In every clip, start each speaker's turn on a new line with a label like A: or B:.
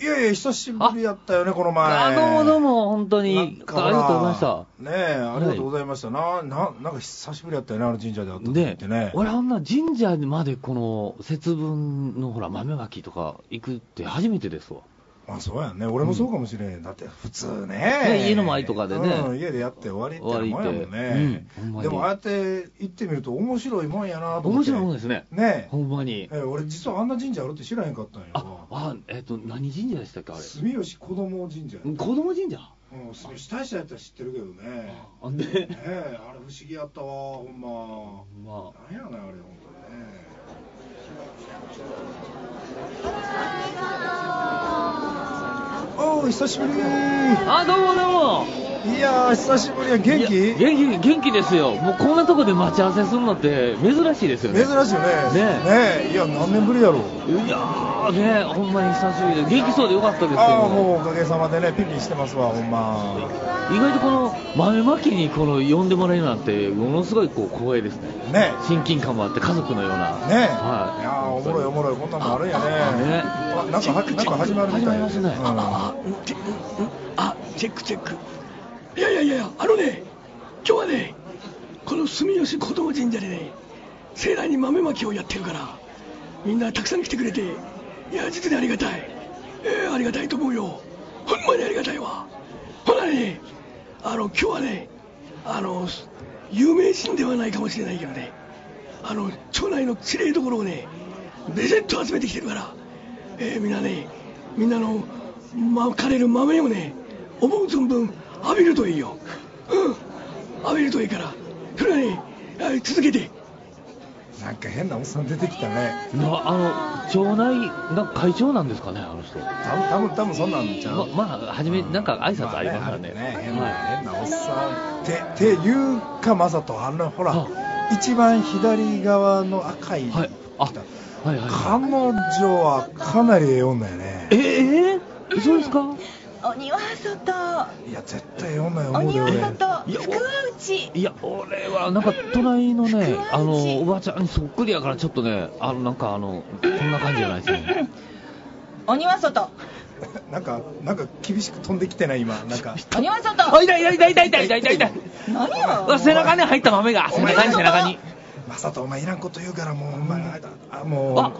A: いやいや、久しぶりやったよね、この前。
B: あ、どうもどうも、本当
A: な
B: に
A: ん。
B: あり
A: か
B: がとうございました。
A: ねえ、ありがとうございました。な、な、なんか久しぶりやったよね、あの神社で会った時っ
B: で
A: てね。
B: 俺、あんな神社までこの節分のほら豆まきとか行くって初めてですわ、
A: まあそうやね、俺もそうかもしれん。だって普通ね。
B: ね家の前とかでね
A: うん、家でやって終わりってもんやもんね。
B: 終わりってうんほんまに
A: でもああやって行ってみると面白いもんやなと思
B: 面
A: って。
B: 白いもんですね、
A: ね
B: ほんま
A: え。、
B: に
A: え俺実はあんな神社あるって知らへんかったんよ。
B: ああえっ、と、何神社でしたっけ、あれ、子
A: 住吉子供神社や。
B: 供神社、
A: うん、住吉大社やったら知ってるけどね。
B: あんで
A: ね、え、あれ不思議やったわ、ほんま。
B: まあ、
A: なんやねんあれ本当にね。おお久しぶりー。
B: あどうもどうも、
A: いやー久しぶりや元気？
B: いや元気元気ですよ、もうこんなとこで待ち合わせするのって珍しいですよね、
A: 珍しいよね。
B: ね
A: ねえいや何年ぶりやろう。
B: いやーね、ほんまに久しぶりで、元気そうでよかったですけど、
A: ああもうおかげさまでねピンピンしてますわほんま。
B: 意外とこの豆まきにこの呼んでもらえるなんて、ものすごいこう光栄ですね。
A: ね
B: 親近感もあって家族のような。
A: えねえ。い
B: はい。
A: やーおもろいおもろいこんなんもあるんやね。
B: ね
A: あなんかはなんか始まるみたい
B: 始まりますね。
A: うん
B: あ、あ、あ、チェック、うんあ、チェックチェック。いやいやいや、あのね、今日はね、この住吉子供神社でね、盛大に豆まきをやってるから、みんなたくさん来てくれて、いや、実にありがたい。えー、ありがたいと思うよ。ほんまにありがたいわ。ほらね、あの、今日はね、あの、有名人ではないかもしれないけどね、あの、町内のきれいところをね、ベゼッと集めてきてるから、えーみんなね、みんなの、ま、かれる豆をね、思う存分浴びるといいよ。うん、浴びるといいから、それはね、はい続けて。
A: なんか変なおっさん出てきたね。
B: なあの町内なんか会長なんですかねあの人
A: 多分多分多分そんなんちゃう。
B: ままあ初めなんか挨拶ありますからね,、
A: まあね変な
B: はい
A: 変なおっさんってっていうかまさとあのほら
B: は
A: 一番左側の赤い、
B: はいあはいは
A: 彼
B: いは
A: 女はかなりええ女やね
B: いええー、そうですか
C: 鬼は外
A: いや絶対ええ女や思う
C: 鬼
A: で
C: は
A: 俺
B: いや
C: 外福は内
B: いや俺はなんか隣のねあのおばちゃんにそっくりやからちょっとねあのなんかあのこんな感じじゃないです ね
C: 鬼は外
A: なんかなんか厳しく飛んできてない今なんか
C: 鬼は
B: あ
C: 外
B: 痛い痛い痛い痛い痛い痛い痛い痛い
C: 何
B: う
C: よ
B: わ背中に入った豆が背中に背中に
A: まさとお前いらんこと言うからもうお前あもう
B: あ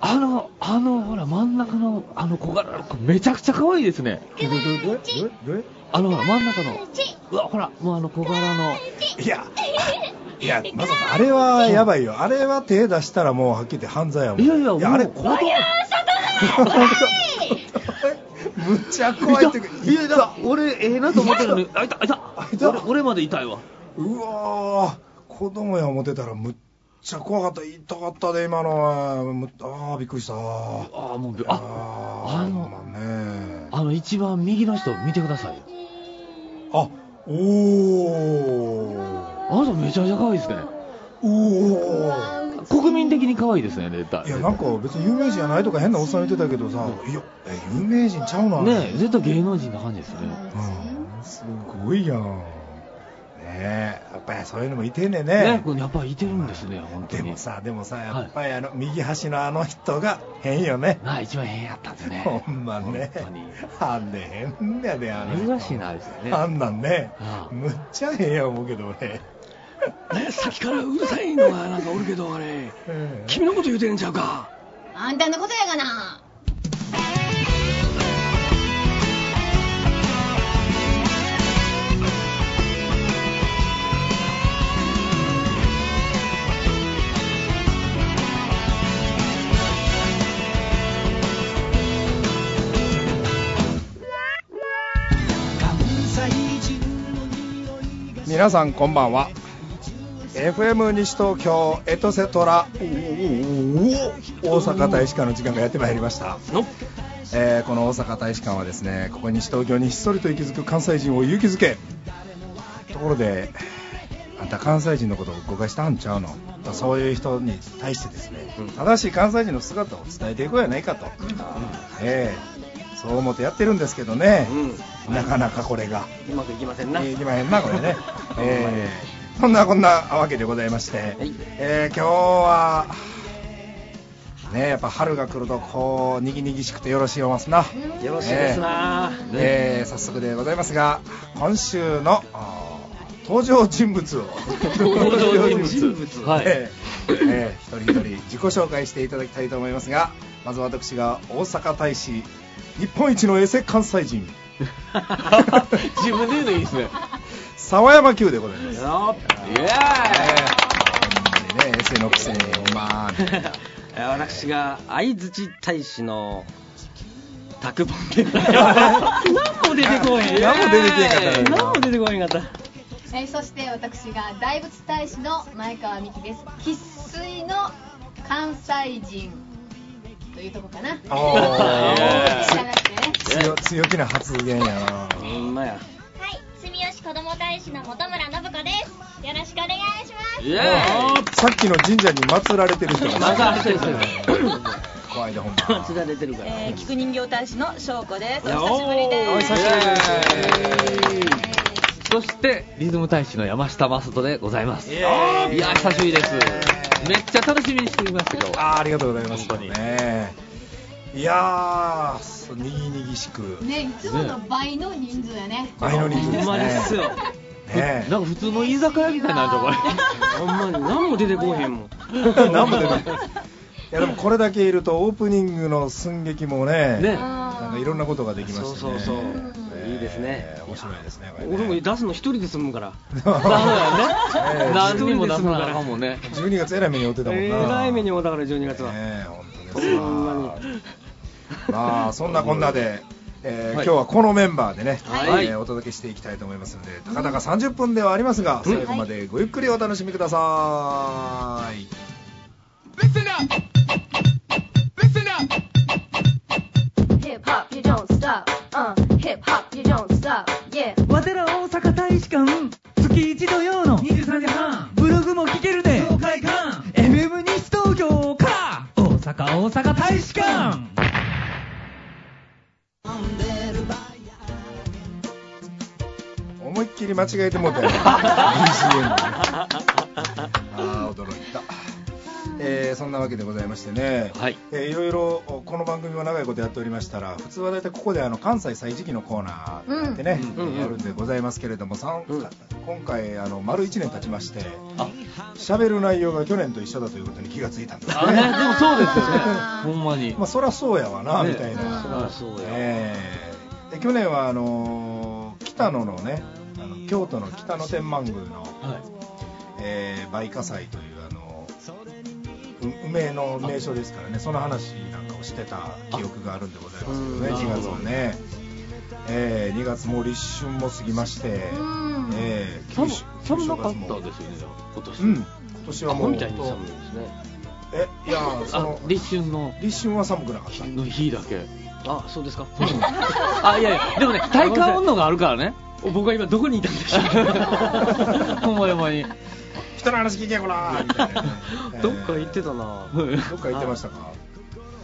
B: あのあのほら真ん中のあの小柄の子めちゃくちゃ可愛いですね
A: どれどれどれ
B: あのほら真ん中のうわほらもうあの小柄の
A: いやいやまさとあれはやばいよあれは手出したらもうはっきり言って犯罪やもん
B: いやいや
A: いやあれ
B: もう
A: 行動むっちゃ怖いってか
B: いやだから俺ええなと思ってるのにあいたあいた
A: あいた
B: 俺俺まで痛いわ
A: うわー子供や思ってたらむっちゃ怖かった痛かったで今のむああびっくりしたあ
B: ああもうあ
A: あ
B: あ
A: の
B: の
A: ね
B: あの一番右の人見てくださいよ
A: あおお
B: あの人めちゃめちゃ可愛いですね
A: おお
B: 国民的に可愛いですね絶対
A: いやなんか別に有名人じゃないとか変なおっさん言ってたけどさいやえ有名人ちゃうな
B: ねえ絶対芸能人な感じですね
A: うんすごいやんねえやっぱりそういうのもいてんねん
B: ねえやっぱいてるんですね本当
A: で
B: に
A: もさ、でもさ、やっぱりあの、右端のあの人が変よね。
B: なあ一番変やったんですね
A: ほんまね
B: 本当に。
A: あんで変やで、あの人。
B: 珍しいなあれですね
A: あんなんね
B: あ。あ
A: むっちゃ変や思うけど、俺。
D: ね、さっきからうるさいのがなんかおるけどあれ君のこと言うてるんちゃう か
E: あんたのことやがな。
A: 皆さんこんばんは。FM 西東京エトセトラおおおお大阪大使館の時間がやってまいりました。
D: の
A: えーこの大阪大使館はですねここ西東京にひっそりと息づく関西人を勇気づけところであんた関西人のことを誤解したんちゃうのとそういう人に対してですね、正しい関西人の姿を伝えていこうやないかと、えーそう思ってやってるんですけどね、なかなかこれが。
D: うまくいきませんな、
A: えー、今変なこれ ね、えーそんなこんなわけでございまして、えー今日はねやっぱ春が来るとこうにぎにぎしくてよろしいおますな
D: よろしいですな、
A: ねえー早速でございますが今週のあー登場人物を
B: 登場人物はい
A: えーえー一人一人自己紹介していただきたいと思いますがまず私が大阪大使日本一のエセ関西人
B: 自分で言うのいいですね
A: 沢山級でございます
D: よ
B: イエー
A: ねエセのくせにおまーみたいな
D: え私が相槌大使のタクボンで何も出てこへん
A: 何も出てけへんかった
D: 何も出てこへんかった
F: えーそして私が大仏大使の前川美希です生粋の関西人というとこかな
A: おー
F: 従ってね
A: 強強気な発言やな
D: ほんまや
G: はい、住吉子ども大使の本村信子です。よろしくお願いします。
B: イイエー
A: さっきの神社に祀られてる人が
B: また走ってるんですよ
A: 怖いでほん ま
D: 釣られてるから、
C: えー、菊人形大使の翔子です。お
D: いや
C: 久しぶりで
D: おーお
C: す
D: 久。し
B: そしてリズム大使の山下正人でございますい
D: エ
B: や
D: ーイ
B: ー久しぶりですめっちゃ楽しみにしていますよ
A: あーありがとうございます
B: 本当に
A: ねいやーそうにぎにぎしく
F: ねいつもの倍の人数やね
A: 倍の人数で
D: ほんまです
A: すね
D: よ
A: ね
B: なんか普通の居酒屋みたいなんじゃこれ
D: ほんまに何も出てこへんもん
A: え なんも出ないいやでもこれだけいるとオープニングの寸劇もね
B: ね
A: なんかいろんなことができました
D: そう
A: ね
D: そうそう
A: ね
D: いいですね
A: 面白いですねこれね
D: 俺も出すの一人で済むから
B: そうや
A: え
B: ね。
A: え
B: 何にも出さなあかんもんね。
A: 12月えらい目に遭ってたもん
D: え
A: な
D: らい目にもだから12月は、
A: ねえ本当です
D: ほんま
A: わ
D: に
A: まあそんなこんなで、えー
B: はい
A: 今日はこのメンバーでね、
B: はい
A: えーお届けしていきたいと思いますので、たかだか30分ではありますが、最後までごゆっくりお楽しみください。
H: Hip hop, you don't stop. Uh, hip hop, you don't stop. Yeah.
I: わてら大阪大使館月一土曜の23時半ブログも聞けるで爽快感 FM 西東京か大阪大阪大使館
A: 思いっきり間違えてもうた よ BGM あー驚いた、えーそんなわけでございましてね、
B: はい
A: えーいろいろおこの番組は長いことやっておりましたら普通は大体ここであの関西歳時期のコーナーなんてね、
B: うんうんうん
A: やるんでございますけれども、さん
D: うん
A: 今回あの丸1年経ちまして
B: あ
A: 喋る内容が去年と一緒だということに気がついたんです
B: あ
A: ね
B: ね、でもそうですよね。ほんまに
A: ま。あそりゃそうやわな、
B: ね
A: みたいな、
F: うん
D: あそうや、
A: えーで去年はあのー北野のねあの京都の北野天満宮の、えー梅花祭というあのう梅の名所ですからねその話なんかをしてた記憶があるんでございますけどね
D: あうん
A: 2月はね、え2月も立春も過ぎまして、
F: うん
A: えー
B: 寒
A: 九州
B: 寒なかっ
A: 九
B: た
A: 州
B: ですよね。今年。
A: うん今年は
B: あ
A: もう
B: みたいに寒いですね。
A: えいやそ
B: あ
A: の、
B: 立春の
A: 立春は寒くなかった
B: の日だけ。
D: あそうですか
B: あいやいやでもね体感温度があるからね。
D: 僕は今どこにいたんでしょう
B: ほんまにほんまに。
A: 人の話聞けこらみたいなね
D: どっか行ってたな
A: どっか行ってましたか。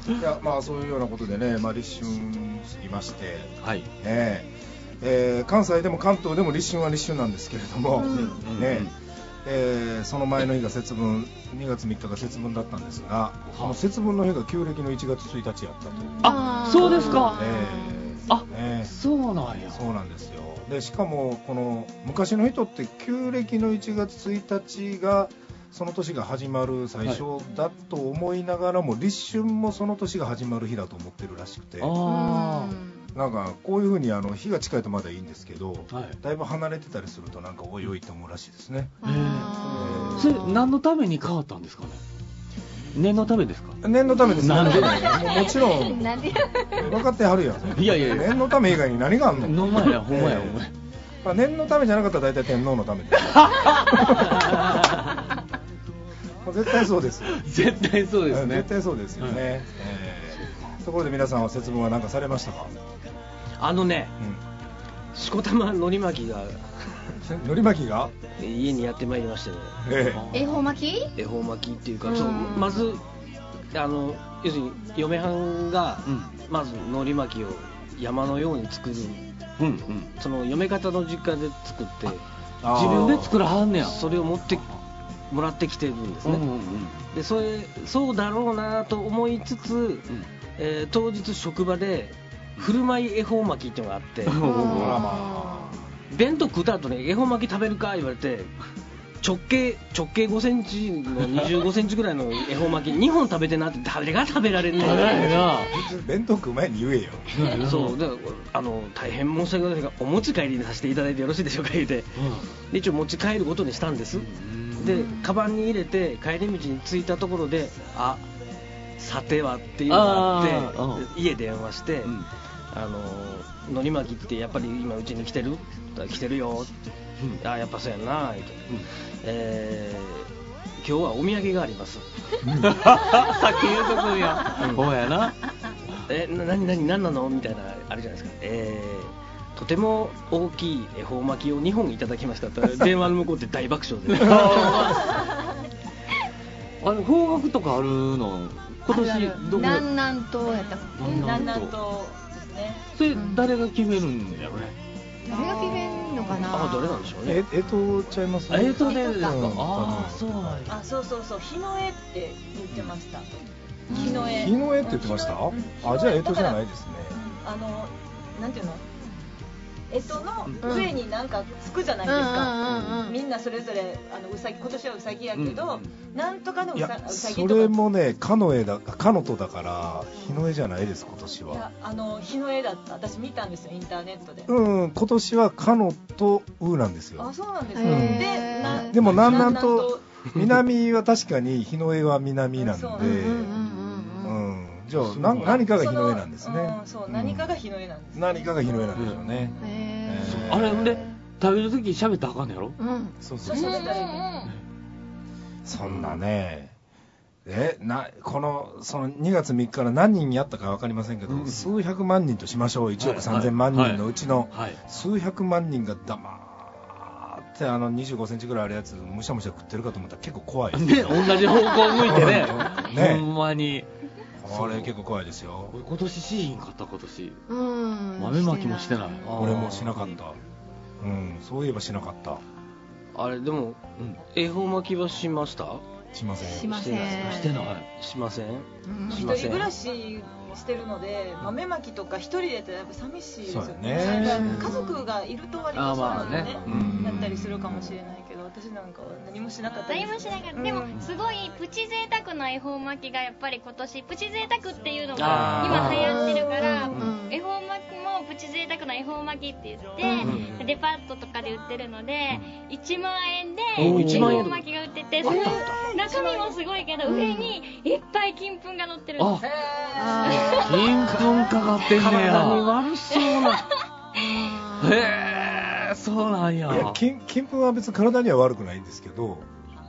A: いや、まあ、そういうようなことでね、まあ、立春過ぎまして。
B: はい。
A: えええー関西でも関東でも立春は立春なんですけれども、
B: ん
A: ね
B: うんうん
A: えーその前の日が節分2月3日が節分だったんですがその節分の日が旧暦の1月1日やったという、
B: あそうですか。
A: えー
B: あ
A: ね
B: そうなんや。
A: そうなんですよでしかもこの昔の人って旧暦の1月1日がその年が始まる最初だと思いながらも、立春もその年が始まる日だと思ってるらしくて
B: あ
A: なんかこういうふうにあの日が近いとまだいいんですけど、
B: はい
A: だいぶ離れてたりするとなんかおいおいって思うらしいですね
B: あ。それ何のために変わったんですかね。念のためですか。
A: 念のためです
B: なんで
A: もうもちろん
F: なんで
A: 分かってはるやん
B: いやいやいや
A: 念のため以外に何があんの
B: ほんまやほんまや
A: ええ
B: ほんまや。
A: まあ、念のためじゃなかったら大体天皇のためですもう絶対そうですよ
B: 絶対そうです
A: うん
B: ね
A: 絶。対そうですよね、
B: はい
A: えーところで皆さんは節分は何かされましたか、
D: あのね
A: う
D: しこたまのり巻きが
A: ん、のり巻きが、
D: 家にやってまいりましてね
A: え
F: 恵方巻き
D: 恵方巻きっていうかそうまずあの要するに嫁はんが
B: うん
D: まずのり巻きを山のように作る
B: うんうん。
D: その嫁方の実家で作って
A: あー
B: 自分で作らはんねや
D: それを持ってもらってきてるんですね、
B: うんうん
D: でそれそうだろうなと思いつつ、えー当日職場で振る舞い恵方巻きっていうのがあ って弁当食った後に恵方巻き食べるか言われて直径直径5センチの25センチぐらいの恵方巻き2本食べてなって誰が食べられんねん
A: 弁当食う前に言えよ
D: そうだからあの大変申し訳ございませんがお持ち帰りにさせていただいてよろしいでしょうか言うて、で一応持ち帰ることにしたんです、でカバンに入れて帰り道に着いたところであさてはっていうのが
B: あ
D: あ
B: ー
D: ってで家電話して、あののり巻きってやっぱり今うちに来てる来てるよ、あやっぱそうやんな言うて、えー今日はお土産があります
B: さっき言うとこには
D: うん
B: ほうやな
D: えな何何何なのみたいなあるじゃないですか、えーとても大きい恵方巻きを2本いただきましたって電話の向こうって大爆笑で
B: あれ方角とかあるの今
F: あ
B: 年
F: るあ
B: ど
F: る
B: こ
F: 南南東やったっけ
B: うん
C: 南南東ですね
B: それ誰が決めるんやろね
F: 誰が決めんのかな
D: あどれなんでしょう
A: え
D: ね
A: えとちゃいます
B: えっとね
A: うん
B: ああそうなんや
C: あそうそうそう日の絵って言ってました日の絵
A: 日の絵って言ってました
C: うん
A: あじゃあえとじゃないですね
C: あのなんていうのえとの上になんかつくじゃないです
F: うんうんうんう
C: か
F: ん
C: みんなそれぞれあのうさぎ今年はうさぎやけどなんとかの
A: いう
C: さ
A: や
C: うさぎ
A: そ
C: とか
A: れもねかの絵だかのとだから日の絵じゃないです今年
C: い
A: は
C: やあの日の絵だった私見たんですよインターネットで
A: うん今年はかのとうなんですよ
C: あそうなんです
A: う
C: ね
A: ん
C: でな
A: でも南南
C: 南
A: と南は確かに日の絵は南なんで
C: そう
F: うんうんうんうんうん
A: うんじゃあな何かが日の絵なんです
C: そ
A: ね
C: のうんそう何かが日の絵なんですね
A: 何かが日の絵なんでしょうね
F: へ
A: え
F: ー
A: ー
B: あれほんで食べる時喋ったらあかんのやろ
F: うん
A: そうそ
C: そうう
A: そ
C: そうう
G: うん
C: そう
A: そんなねえなこのその2月3日から何人やったか分かりませんけど、
B: うん
A: 数百万人としましょう1億
B: はい
A: 3000万人のうちの
B: はい
A: 数百万人が黙ってあの2 5センチぐらいあるやつむしゃむしゃ食ってるかと思ったら結構怖いです
B: ね同じ方向向いてね
A: うんね
B: ほんまに
A: これ結構怖いですよ
B: 俺今年シーン買った今年
F: うん
B: 豆まきもしてないあー
A: 俺もしなかったうんそういえばしなかった
D: あれでも
B: うん
D: 恵方巻きはしました
A: しません
F: しません
B: してない
D: しません
F: うん
D: し
C: 一
D: ませ
C: 人
D: ん
C: 暮らししてるので豆まきとか一人でやったらやっぱ寂しいですよね
A: そうやね
C: 家族がいると割とそうなの
B: あーまあ
C: ね
B: ね
A: うん
C: だったりするかもしれないけど私なんかは何もしなかったで
G: 何
C: す
G: もしなかったでもすごいプチ贅沢な恵方巻きがやっぱり今年プチ贅沢っていうのが今
D: あー
G: 流行ってるから
F: うん
G: 恵方巻きもプチ贅沢な恵方巻きって言って、
D: う
G: デパートとかで売ってるので、1万円で
D: おー
G: 恵
D: 1万円
G: 方巻きが売っててそれ中身もすごいけど上にいっぱい金粉が乗ってるん
B: あ
G: です
F: あ
B: 金粉かかってんねや
D: 体に悪そうな
B: へえそうなんや
A: いや金金粉は別に体には悪くないんですけど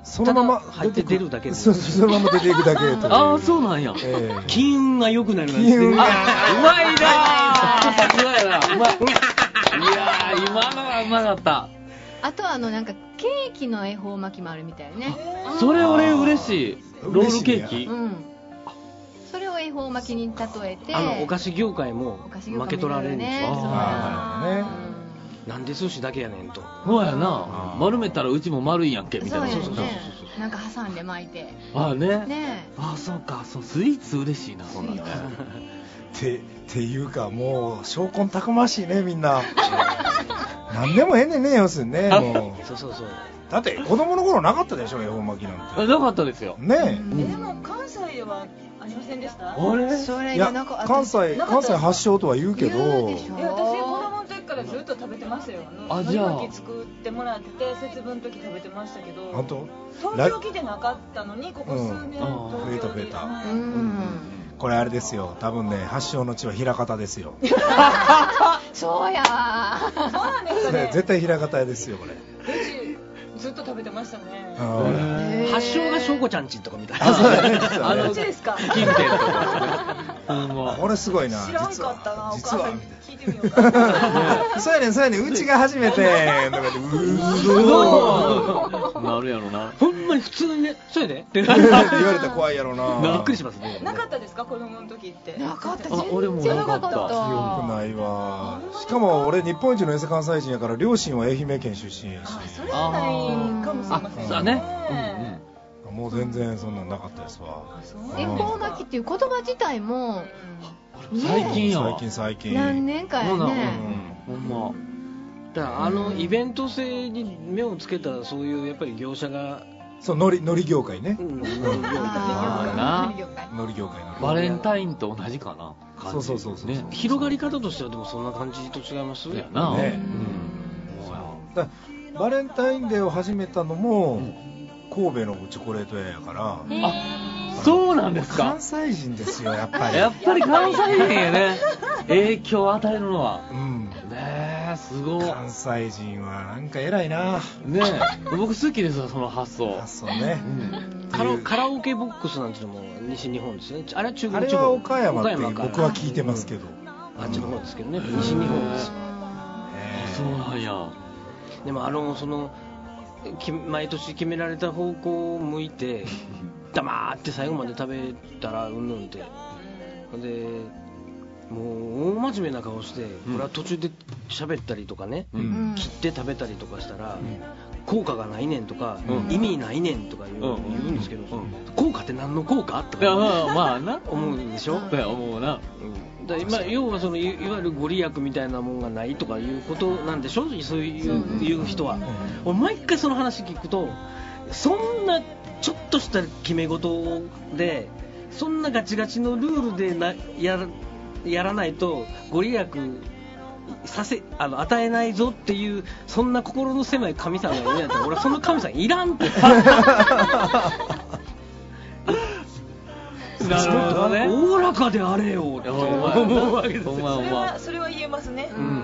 A: そのまま
D: ただ入って
A: くる
D: 出るだけ
A: そうそうそのまま出ていくだけと いう
B: ああそうなんや
A: ええ
B: 金運が良くなるなんて
A: 金運が
B: あうまいなーさすがやなうまいいやー今のはうまかった
F: あとはあのなんかケーキの恵方巻きもあるみたいね
B: それ俺嬉しい
A: あー
B: ロールケー
A: 嬉しい
B: キ
F: うんそれを恵方巻きに例えて
D: あのお菓子業界も
F: お菓子業界も
D: 負け取られん
F: い
D: で
F: ろいろね
D: す
F: そ
D: よ
F: うや
A: あ
F: な
D: なんで寿司だけやねんと
B: そうやな丸めたらうちも丸いやんけ
F: うん
B: み
F: そ
B: た
F: う
B: い
F: や
B: な
F: ね
D: そうそうそうそ
F: なんか挟んで巻いて
B: ああね
F: ね
B: ああそうかそうスイーツ嬉しいなそんなんね
A: てっていうかもう証拠たくましいねみんな何でもええねんね要するにねも
D: そうそうそう
A: うだって子供の頃なかったでしょ恵方巻きなんて
B: あなかったですよ
A: ね
C: えでも関西ではありませんでした
B: あれ
F: えそ
A: え
F: れ
A: い
F: が
A: や
F: なんか
A: 関西
C: なかっ
A: 関
C: た
A: 西発祥とは言うけど
F: 言うでしょ
C: いや私子供の時からずっと食べてましたよ
B: あ
C: あ
B: じ
C: じ
B: ゃ
C: ゃ
B: あ
C: あ巻き作ってもらって節分の時食べてましたけど
A: 本当
C: 東京来てなかったのにここ数
B: う
C: 年
B: ん
A: あー
C: 東京
A: 増え
C: に
A: た増えた
F: う
C: はい
F: ん
A: これあれですよ多分ね発祥の地は枚方ですよ
F: そうや
C: そうなんで
A: そ
C: す
A: れ
C: よね
A: 絶対枚方ですよこれ
C: ずっと食べてましたね
A: うん
D: 発祥が翔子ちゃんちんとかみたいな
B: あ
C: ど
B: の
C: っちですか
B: 金券とかほんま
A: これすごいな
C: 知らんかったなお
A: 実
C: 母
A: は
C: さん
A: 実は
C: に聞いてみようかな
A: そうやねんそうやねんうちが初めてとかでうー
B: なるやろな
D: ほんまに普通にねそ れでって
A: 言われたら怖いやろな
D: びっくりしますね
C: なかったですか子供の時って
F: なかった
B: あ俺も
F: 全然
B: なかった
F: なかった
A: よくないわしかも俺日本一のエセ関西人やから両親は愛媛県出身やし
C: あそれはないかもしれません
B: あそうだね
A: もう全然そんなんなかったですわ
F: 恵方巻きっていう言葉自体もね
B: 最近やわ
A: 最近最近
F: 何年かや
A: う
F: ね
A: ん
B: ほんま
D: だからあのイベント性に目をつけたそういうやっぱり業者が、
A: そうのりのり業界ね
D: うん
B: あー
A: のり業界のり
B: バレンタインと同じかな
A: そうそうそうそう
B: ね
D: 広がり方としてはでもそんな感じと違います
B: そうや
D: よ
B: な、
A: ね
B: うんそうや
A: だからバレンタインデーを始めたのも、
B: うん
A: 神戸のチョコレート屋やから、
B: そうなんですか
A: 関西人ですよやっぱり
B: やっぱり関西人やね 影響を与えるのは
A: うん
B: ねえすごい
A: 関西人はなんか偉いな
B: ねえ僕好きですよその発想
A: 発想ね
B: うん
D: カラオカラオケボックスなんていうのも西日本ですよねあれは中
A: あ
D: 国
A: れ
D: 地
A: は
D: 方
A: 岡山っていう
D: か
A: 僕は聞いてますけど、
D: あっちの方ですけどね西日本です
A: え
B: あ
A: ー
B: そうなんや
D: でもあのそのき毎年決められた方向を向 いて黙って最後まで食べたらうんぬんってほんでもう大真面目な顔して、
B: ん
D: これは途中で喋ったりとかね、
B: うん
F: うん
D: 切って食べたりとかしたら、効果がないねんとか、
B: うん
D: 意味ないねんとか言う,、
B: うん
D: 言うんですけど、効果って何の効果と
B: いや
D: か
B: まあまあな
D: 思うんでしょ、
B: そうや思うな
D: うんだまあ、要はそのいいわゆるご利益みたいなもんがないとかいうことなんでしょそういういう人は、俺毎回その話聞くとそんなちょっとした決め事でそんなガチガチのルールでなやらやらないとご利益させあの与えないぞっていうそんな心の狭い神様がいるんやったら俺はその神様いらんって
B: なるほ どね
D: おおらかであれよって思うわけです
B: ほ
D: よ
B: んま
C: そ
B: ほん
C: れ
B: ま
C: はそれは言えますね
D: うん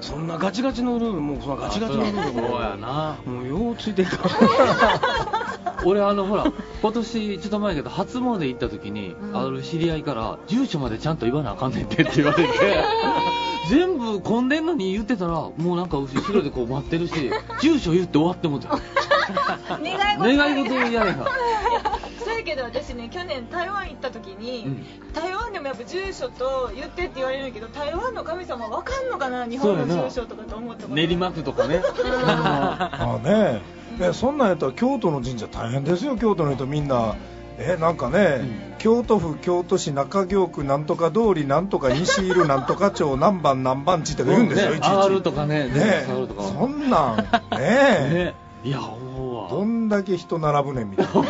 D: そんなガチガチのルールもうそんなガチガチのルール
B: そうやな
D: もうようついて るから
B: 俺あのほら今年ちょっと前やけど初詣行った時に、ある知り合いから住所までちゃんと言わなあかんねんてって言わ れて全部混んでんのに言ってたらもうなんか後ろでこう待ってるし住所言って終わってもうて
C: 願い事
B: 願い事やねんか
C: そうやけど私ね去年台湾行った時に、
B: う
C: 台湾でもやっぱ住所と言ってって言われるけど台湾の神様わかんのかな日本の住所とかと思ったこと
B: 練馬区とかね
A: あーねえそんなんやったら京都の神社大変ですよ京都の人みんなえなんかね、京都府京都市中京区なんとか通りなんとか西いるなんとか町何番何番地って言うんですよ、
B: ね
A: いちいち
B: R とかね
A: ね
B: R とか
A: そんなんね
B: ねいや思うわ
A: どんだけ人並ぶねんみたい
B: ほんま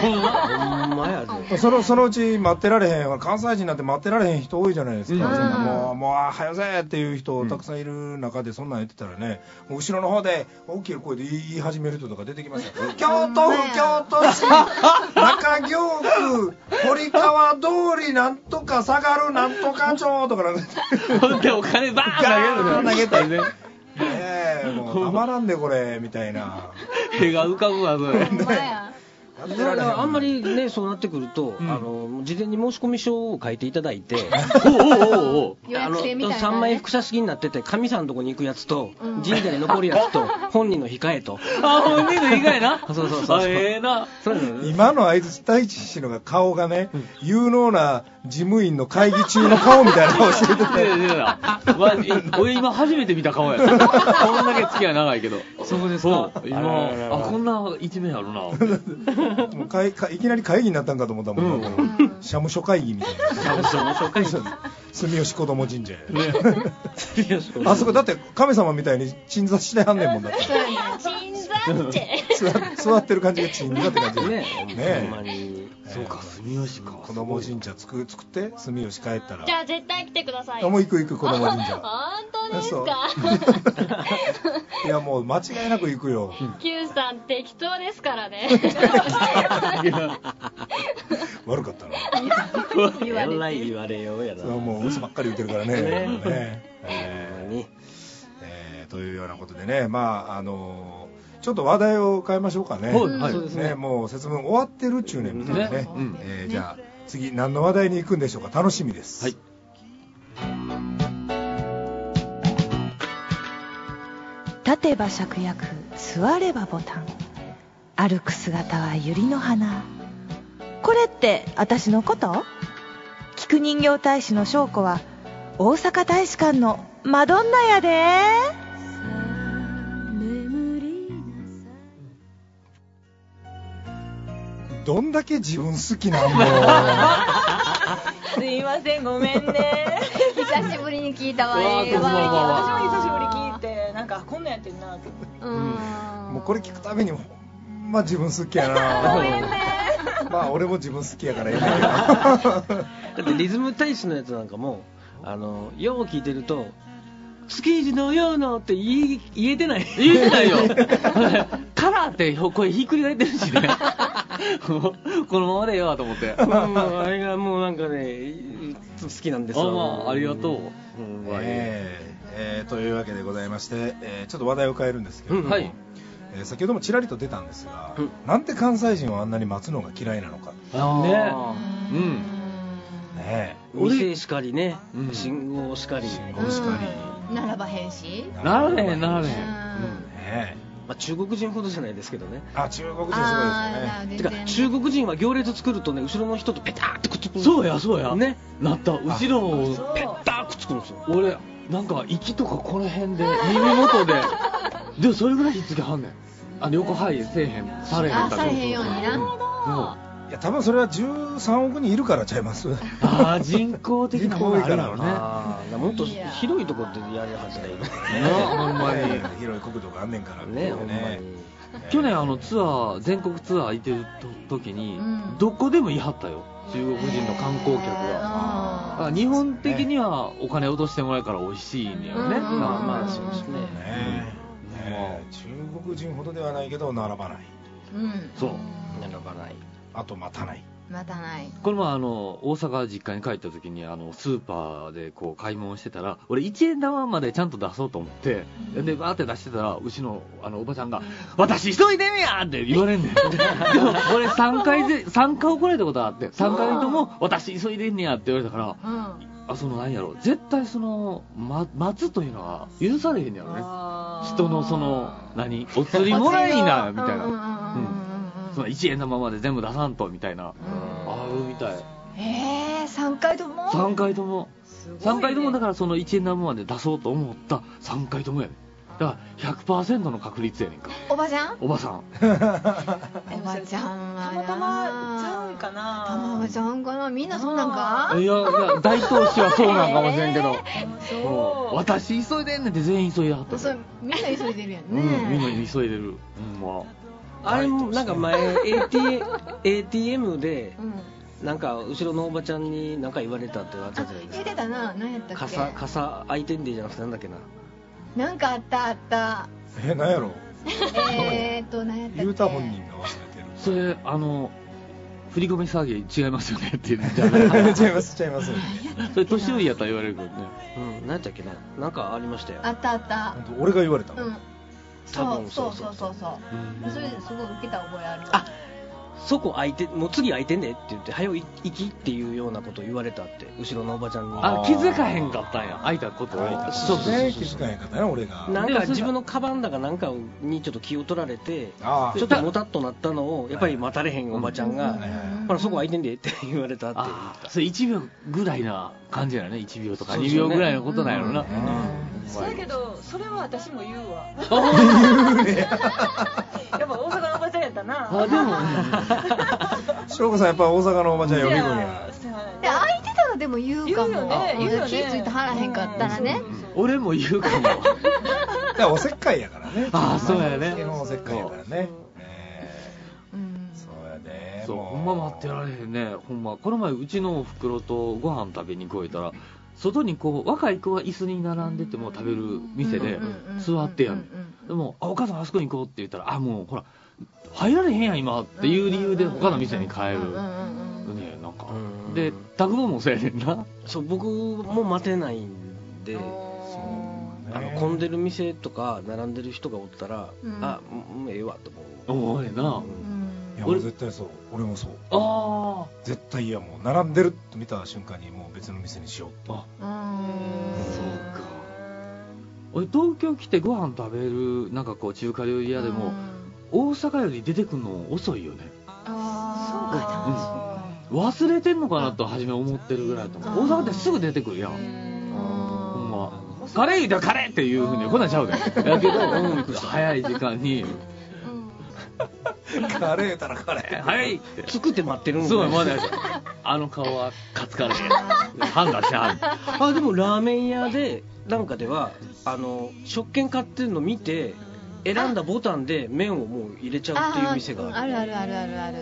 D: ほんまやで
A: なそのそのうち待ってられへん関西人なんて待ってられへん人多いじゃないですか、
B: うん
A: そんなもうもうあ早よせーっていう人たくさんいる中でそんなん言ってたらねもう後ろの方で大きい声で言い言い始める人とか出てきますよ京都府京都市中京区堀川通りなんとか下がるなんとか町とかなんか
B: ほんでお金バーン投げる
A: 投げてねえもうたまらんでこれみたいな
B: 手が浮かぶわそれ
F: ほんまや
A: やってら
D: だか
A: れへ
D: らあんまりねそうなってくると、あの事前に申し込み書を書いていただいて
B: おうおうおうおう
F: 予約制みたいなね
D: 3枚複写式になってて神さんのとこに行くやつと、神社に残るやつと 本人の控え と
B: あ本人の以外な
D: そうそうそうそう
B: あええな
D: そういうの
A: 今の相槌太一氏のが顔がね、有能な事務員の会議中の顔みたいな顔してる
B: い やいやいやまあ俺今初めて見た顔やこんだけ付き合い長いけど
D: そうです
B: そ
D: か
B: う今あこんな一面あるな
A: もうかいかいきなり会議になったんかと思ったもんな、
B: うん
A: この社務所会議みたいな社務所会議住吉子供神社や、 あそこだって神様みたいに鎮座してはんねんもんだって
F: そうやね
G: 鎮座って
A: 座座ってる感じが鎮座って感じ
D: ね
A: え
D: ほんまに
B: そうか住吉か
A: 子供神社作作って住吉帰ったら
G: じゃあ絶対来てください
A: あもう行く行く子供神 社
G: 本当です
A: そう
G: か
A: いやもう 間違いなく行くよ
G: Q さん適当ですから ね
A: 悪かったな
D: えらい言われようやな
A: それはもう嘘ばっかり言ってるからね
D: ね
A: ね
D: ほん
A: え
D: まに
A: ーえーというようなことでねまああのーちょっと話題を変えましょうかね、
B: はいはいそう
D: ですね
A: もう節分終わってるっちゅうねんみたいなね
B: ねうん
A: えーじゃあ次何の話題に行くんでしょうか楽しみです、
B: はい
J: 立てば芍薬座ればボタン歩く姿は百合の花これって私のこと聞く人形大使の証拠は大阪大使館のマドンナやで
A: どんだけ自分好き なんだよ
C: すいませんごめん ね
F: 久しぶりに聞いたわ
C: う
F: ええ
C: 私も
F: わ
C: 久しぶりに聞いてなんかこんなんやってんなって
A: もうこれ聞くためにほんま自分好きやな
C: ごめんね
A: まあ俺も自分好きやからええねんけ ど
D: だってリズム大使のやつなんかもあのよう聞いてると「築地のようの」って言い言えてない
B: 言えてない よカラーって声ひっくり返ってるしね もうこのままでええわと思って
D: うんあれがもうなんかね好きなんです
B: あま
D: よ
B: あありがとう、うんまあ
A: えええーというわけでございまして、えーちょっと話題を変えるんですけれども、
B: うんはい
A: えー先ほどもちらりと出たんですが、
B: うん
A: なんで関西人はあんなに待つのが嫌いなのか、ね
B: あーうん
A: え、
D: 店しかりね、信号しかり信
A: 号しかり、
F: ならば変身
D: ならへんならへん
F: うん
A: ね
D: まあ、中国人ほどじゃないですけどね
A: あ中国人
F: すごいですねあー
D: てか中国人は行列作るとね後ろの人とペターってくっつくそう
B: やそうや
D: ね
B: なった後ろを
D: ペターくっつくんですよ
B: 俺なんか息とかこの辺で耳元 ででもそれぐらいひっつけはんねんあ両方はいせえへんされへん
F: あされへんようにな
A: えいや多分それは13億人いるからちゃいます
B: あー人口的なものあるよね
D: あーもっと広いところでやるはずだよね
B: ほんまに
A: ええ広い国土があんねんから
D: ねほんまに
B: 去年あのツアー全国ツアー行ってると時に、
F: うん
B: どこでも言い張ったよ中国人の観光客が、だから日本的にはお金落としてもらうから美味しいんだよね、
F: うんうん
B: まあ
D: ま
B: ま
D: あ
B: あ
D: そうですね
A: ねえねえ中国人ほどではないけど並ばない
F: うん
B: そう
D: 並ばない
A: あと待たない
F: またない
B: これもあの大阪実家に帰った時にあのスーパーでこう買い物してたら俺1円玉までちゃんと出そうと思ってでバーって出してたらうちのあのおばちゃんが「私急いでんや!」って言わ れんねんでも俺3回で3回怒られたことあって3回とも「私急いでんねや!」って言われたから
F: うん
B: あその何やろ絶対その、ま、待つというのは許されへんやろね人のその何お釣りもらいなみたいな、
F: うんうん
B: うんその1円玉まで全部出さんとみたいな、あるみたい
C: えー、3回とも
B: 3回とも、
C: ごいね
B: 3回ともだからその1円玉まで出そうと思った3回ともやねんだから100%の確率やねんか
F: おばちゃん
B: おばさん
F: おばちゃんは
C: たまたまちゃうんかな
F: たまちゃんかなみんなそんなんか
B: いやいや大投資はそうなんかもしれんけど、
C: そう
B: うん私急いでんねんって全員急いではった
F: それみんな急いでるやん
B: うん、みんな
F: ね
B: 急いでる、うんまあ
D: あれもなんか前 ATM, ATM で
F: うん
D: なんか後ろのおばちゃんに何か言われたってあった
F: あ
D: じゃないで
F: 言
D: す
F: っ
D: か
F: てたな何やったっ
D: 傘
F: け
D: 傘開いてんでじゃなくてなんだっけな
F: なんかあったあった
A: えなんやろ
F: えーっと何やったっけ
A: 言うた本人が忘れてる
B: それあの振り込み詐欺違いますよねって言っちゃ
A: 違 います違います
B: うそれ年寄りやったら言われるけどね
D: うん何やったっけななんかありましたよ
F: あったあった
A: 本当俺が言われたもん
F: うん
D: 多
F: そう
D: 分
F: そ
D: そうう
F: そ
D: そうう
F: そうそう
B: うん
F: それですごい受けた覚えある
D: あそこ開いてもう次開いてんでって言って早う行きっていうようなことを言われたって後ろのおばちゃんに
B: あ気づかへんかったんや開いたことを
A: そうですね気づかへんかったな俺が
D: なんか自分のカバンだかなんかにちょっと気を取られて
A: ああ
D: ちょっともたっとなったのをやっぱり待たれへんおばちゃんが
A: ね
D: ほらそこ開いてんでって言われたって
B: あそれ1秒ぐらいな感じやね1秒とか
D: そうそう
B: 2秒ぐらいのことなんやろな、
C: そうやけどそれは私も言うわ やっぱ大阪のおばちゃんやったな
B: あでも
A: 翔子さんやっぱ大阪のおばちゃん呼び込みや
F: で空いてたらでも言うかも
C: 言うよね言うよね
F: 気付いてはらへんかったらね
B: 俺も言うかも
A: いやおせっかいやからね
B: ああそうやね
A: 基本おせっかいやからねえ
F: うん
A: えそうやね
B: そう
A: も
B: ほんま待ってられへんねほんまこの前うちのおふくろとご飯食べに来いたら外にこう若い子は椅子に並んでてもう食べる店で座ってやんでもあ「お母さんあそこに行こう」って言ったら「あもうほら入られへんやん今」っていう理由で他の店に変えるねなんか
D: うん
B: で拓ももそうやねんな
D: そう僕も待てないんであの混んでる店とか並んでる人がおったら、
F: うん
D: あもうええわと思う
B: お前な
A: ういやもう絶対そう俺もそう
B: あ
A: 絶対いやもう並んでると見た瞬間にもう別の店にしよう
B: あ
F: そうか
B: 俺東京来てご飯食べるなんかこう中華料理屋でも大阪より出てくるの遅いよね
F: あ
B: 忘れてんのかなと初め思ってるぐらいだと思う
F: あー
B: 大阪ってすぐ出てくるやん
F: ー
B: ほんま
F: そ
B: カレーだカレーっていうふうにこんなんちゃうでやけど、うん、早い時間に
F: うかうん
A: カレーたらカレー
B: はい
D: 作って待ってるん
B: そうまだあの顔はカツカレー判断してはる
D: あでもラーメン屋でなんかではあの食券買ってるの見て選んだボタンで麺をもう入れちゃうっていう店がある
F: あるあるあるあるある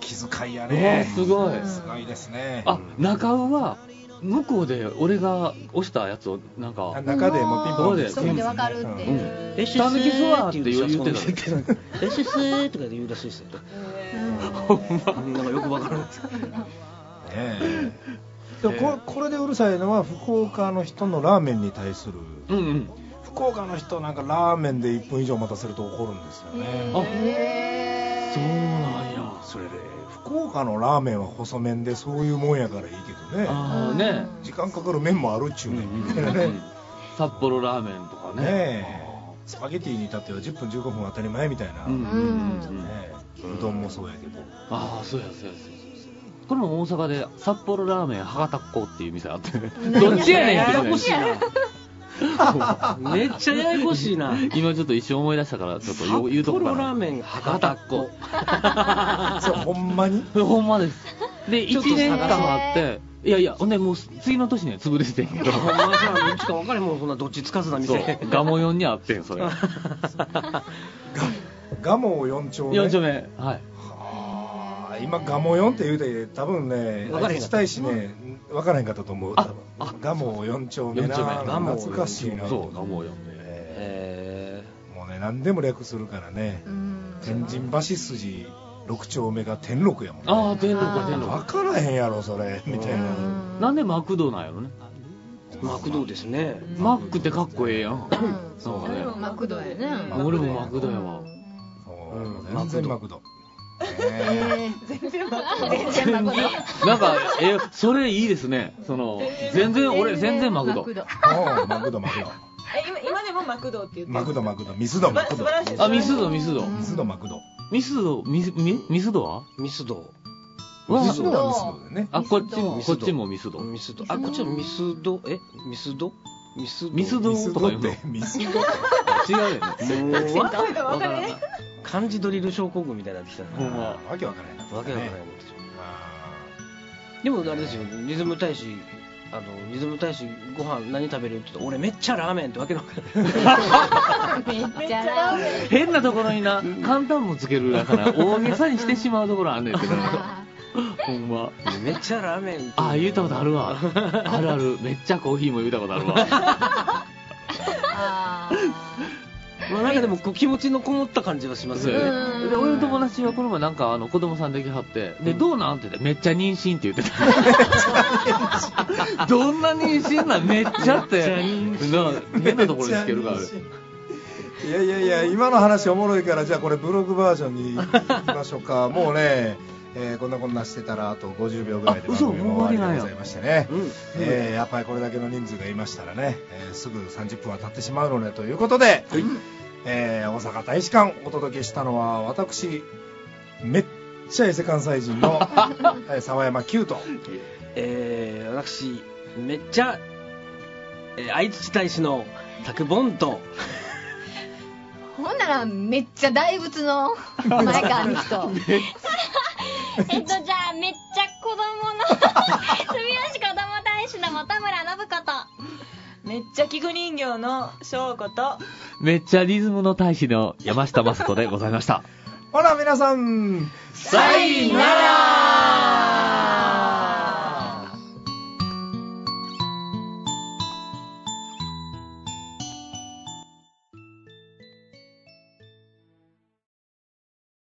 A: 気遣いや
B: ね
A: ね
B: すごい
A: すごいですね
B: あ中尾は向こうで俺が押したやつをなんか
A: 中でもピンポン
B: で
F: そこでわかるっていう
D: え
B: たぬきそばって言ってた
D: えすすーとかで言うらしいですよ
B: ほんま
D: なんかよくわからないです
A: ねでもここれでうるさいのは福岡の人のラーメンに対する
B: うんうん
A: 福岡の人なんかラーメンで1分以上待たせると怒るんですよね
B: あそうなんや
A: それで福岡のラーメンは細麺でそういうもんやからいいけどね
B: ああね
A: 時間かかる麺もあるっちゅうねんみたいな
B: う
A: ね
B: ん札幌ラーメンとかね
A: ねスパゲティに至っては10分15分当たり前みたいな、
B: うんうん
A: ね
B: うんうん
A: うどんもそうやけど
B: ああそうやそうやそうやこれも大阪で札幌ラーメン博多っ子っていう店あって
F: や
B: どっちやねんって
D: やや
B: 言
D: こ
B: う
D: しいなめっちゃややこしいな
B: 今ちょっと一瞬思い出したからちょっとよ言うとこ
D: 札
B: か
D: 幌ラ
B: な
D: ーメン博多っ子
A: それほんまに
B: ほんまですで
D: ちょっと
B: 1
D: 探
B: 年
D: そう
B: 間あっていやいやほんでもう次の年には潰れててんけ ど
D: お前さどっちか分かれへんもんそんなどっちつかずな
B: そう
D: 店
B: ガモ4にあってん それ
A: ガモ4丁目
B: 4丁目はい
A: はあ今ガモ4って言うて多分ね
D: 分からへんかった
A: したいしね分からへんかったと思う
B: あ
A: 多分
B: あ
A: ガモ4丁目
B: 4
A: な
B: 丁目
A: ガモ懐かしいな
B: そうガモ4
A: え
D: え
A: ーもうね何でも略するからね
F: うん
A: 天神橋筋6丁目が天禄やもん、ね、
B: ああ天禄か天
A: 分
B: 禄
A: からへんやろそれみたいな
B: なんでマクドなんやろね
D: ーマクドですね
B: マックってかっこええやんそうかね
F: マクドやね
B: あ俺もマクドやわ
A: そう
D: うん
A: 全然マクド
F: えー全然マクド全然マク ド
B: なんか、え、それいいですね。その、全然、俺、全然マクド。
A: おうマクドマクド
C: え今今でもマクドって言ってる
A: マクドマクドミスドマクド
C: 素晴らしいです
B: あ、ミスド、ミスド。
A: ミスドマクド
B: ミスド、ミス、ミミスドは
D: ミスド
B: わ
A: ミスドはミスドだよね
B: あ、こっちも、
D: ミ
B: こ
D: スド
B: っちもミスド。
D: ミスドあこっちはミスドえミスドミスド
B: ミスド
A: ミスド
B: とか
A: っ
B: 言うの
A: てミスド
B: 違うよね。
D: もうわけ
B: わからない。
D: 漢字ドリル症候群みたいになってきた
B: ほんま
A: あーわけわからへん
D: わけわからない
A: ねあ
D: でもあれですよリズム大使あのリズム大使ご飯何食べるって言ったら俺めっちゃラーメンってわけのわからない
F: めっちゃラーメン
B: 変なところにな、簡単もつけるだから、大げさにしてしまうところあんねんけど。ほんま。
D: めっちゃラーメンって
B: あ、言うたことあるわ。あるある。めっちゃコーヒーも言うたことあるわ。
F: あー
D: まあ、なんかでもこう気持ちのこもった感じがします
B: そう
D: よね、
B: やね。で、俺の友達はこの前なんか、あの、子供さんできはって、で、どうなんって言って、めっちゃ妊娠って言ってた。 どんな妊娠なんめっちゃって。な変なところにつけるから。
A: ーいやいやいや今の話おもろいからじゃあこれブログバージョンに行きましょうかもうねえーこんなこんなしてたらあと50秒ぐらいで
B: あ
A: 番
B: 嘘
A: 組も終わりで
B: もう
A: ご
B: 終わりなん
A: ざい
B: や
A: ましてね、
D: うん
A: えーやっぱりこれだけの人数がいましたらね、えーすぐ30分は経ってしまうのでということで、えー大阪大使館お届けしたのは私めっちゃエセ関西人のえー沢山九と
D: えー私めっちゃ、えー愛知大使のタクボンと
F: ほんならめっちゃ大仏の前川美樹と
G: えっと、じゃあ、めっちゃ子供の、 住吉子供大使の本村信子と。
C: めっちゃ菊人形の翔子と
B: めっちゃリズムの大使の山下雅子でございました。
A: ほら皆さん
B: さいなら